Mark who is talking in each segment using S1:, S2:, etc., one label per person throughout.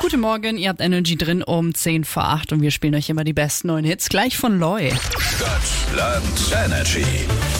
S1: Guten Morgen, ihr habt Energy drin um 10 vor 8 und wir spielen euch immer die besten neuen Hits gleich von Loy.
S2: Stadtland Energy.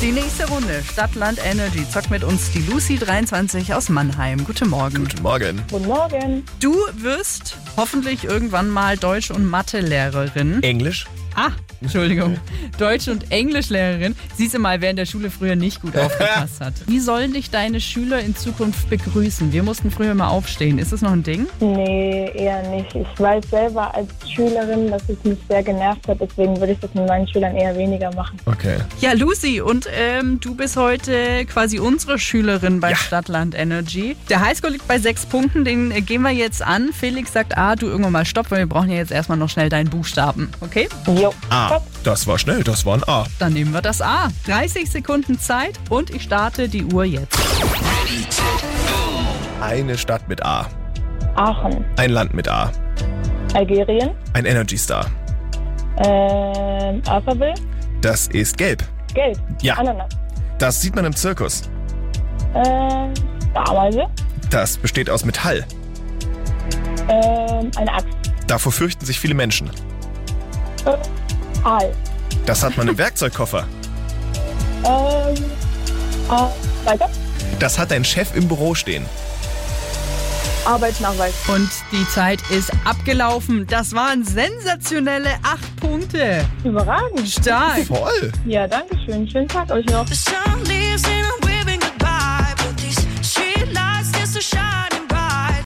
S1: Die nächste Runde, Stadtland Energy, zockt mit uns die Lucy23 aus Mannheim. Guten Morgen.
S2: Guten Morgen.
S3: Guten Morgen.
S1: Du wirst hoffentlich irgendwann mal Deutsch- und Mathelehrerin.
S2: Englisch?
S1: Ah, Entschuldigung. Deutsch- und Englischlehrerin. Siehst du mal, wer in der Schule früher nicht gut aufgepasst hat. Wie sollen dich deine Schüler in Zukunft begrüßen? Wir mussten früher mal aufstehen. Ist das noch ein Ding?
S3: Nee, eher nicht. Ich weiß selber als Schülerin, dass es mich sehr genervt hat. Deswegen würde ich das mit meinen Schülern eher weniger machen.
S2: Okay.
S1: Ja, Lucy, und ähm, du bist heute quasi unsere Schülerin bei Stadtland Energy. Der Highscore liegt bei sechs Punkten, den äh, gehen wir jetzt an. Felix sagt, ah, du irgendwann mal stopp, weil wir brauchen ja jetzt erstmal noch schnell deinen Buchstaben. Okay?
S3: Jo.
S2: A.
S3: Stopp.
S2: Ah, Das war schnell, das war ein A.
S1: Dann nehmen wir das A. 30 Sekunden Zeit und ich starte die Uhr jetzt.
S2: Eine Stadt mit A.
S3: Aachen.
S2: Ein Land mit A.
S3: Algerien.
S2: Ein Energy Star.
S3: Ähm, Alphaville.
S2: Das ist gelb.
S3: Geld.
S2: Ja.
S3: Ananas.
S2: Das sieht man im Zirkus.
S3: Ähm, Ameise.
S2: Das besteht aus Metall.
S3: Ähm, eine Axt.
S2: Davor fürchten sich viele Menschen.
S3: Äh, Aal.
S2: Das hat man im Werkzeugkoffer.
S3: Ähm, äh, weiter.
S2: Das hat dein Chef im Büro stehen.
S3: Arbeitsnachweis.
S1: Und die Zeit ist abgelaufen. Das waren sensationelle acht Punkte.
S3: Überragend.
S1: Stark.
S2: Voll.
S3: Ja, danke schön. Schönen Tag euch noch.
S4: The sun leaves and I'm waving goodbye, but these streetlights still so shine.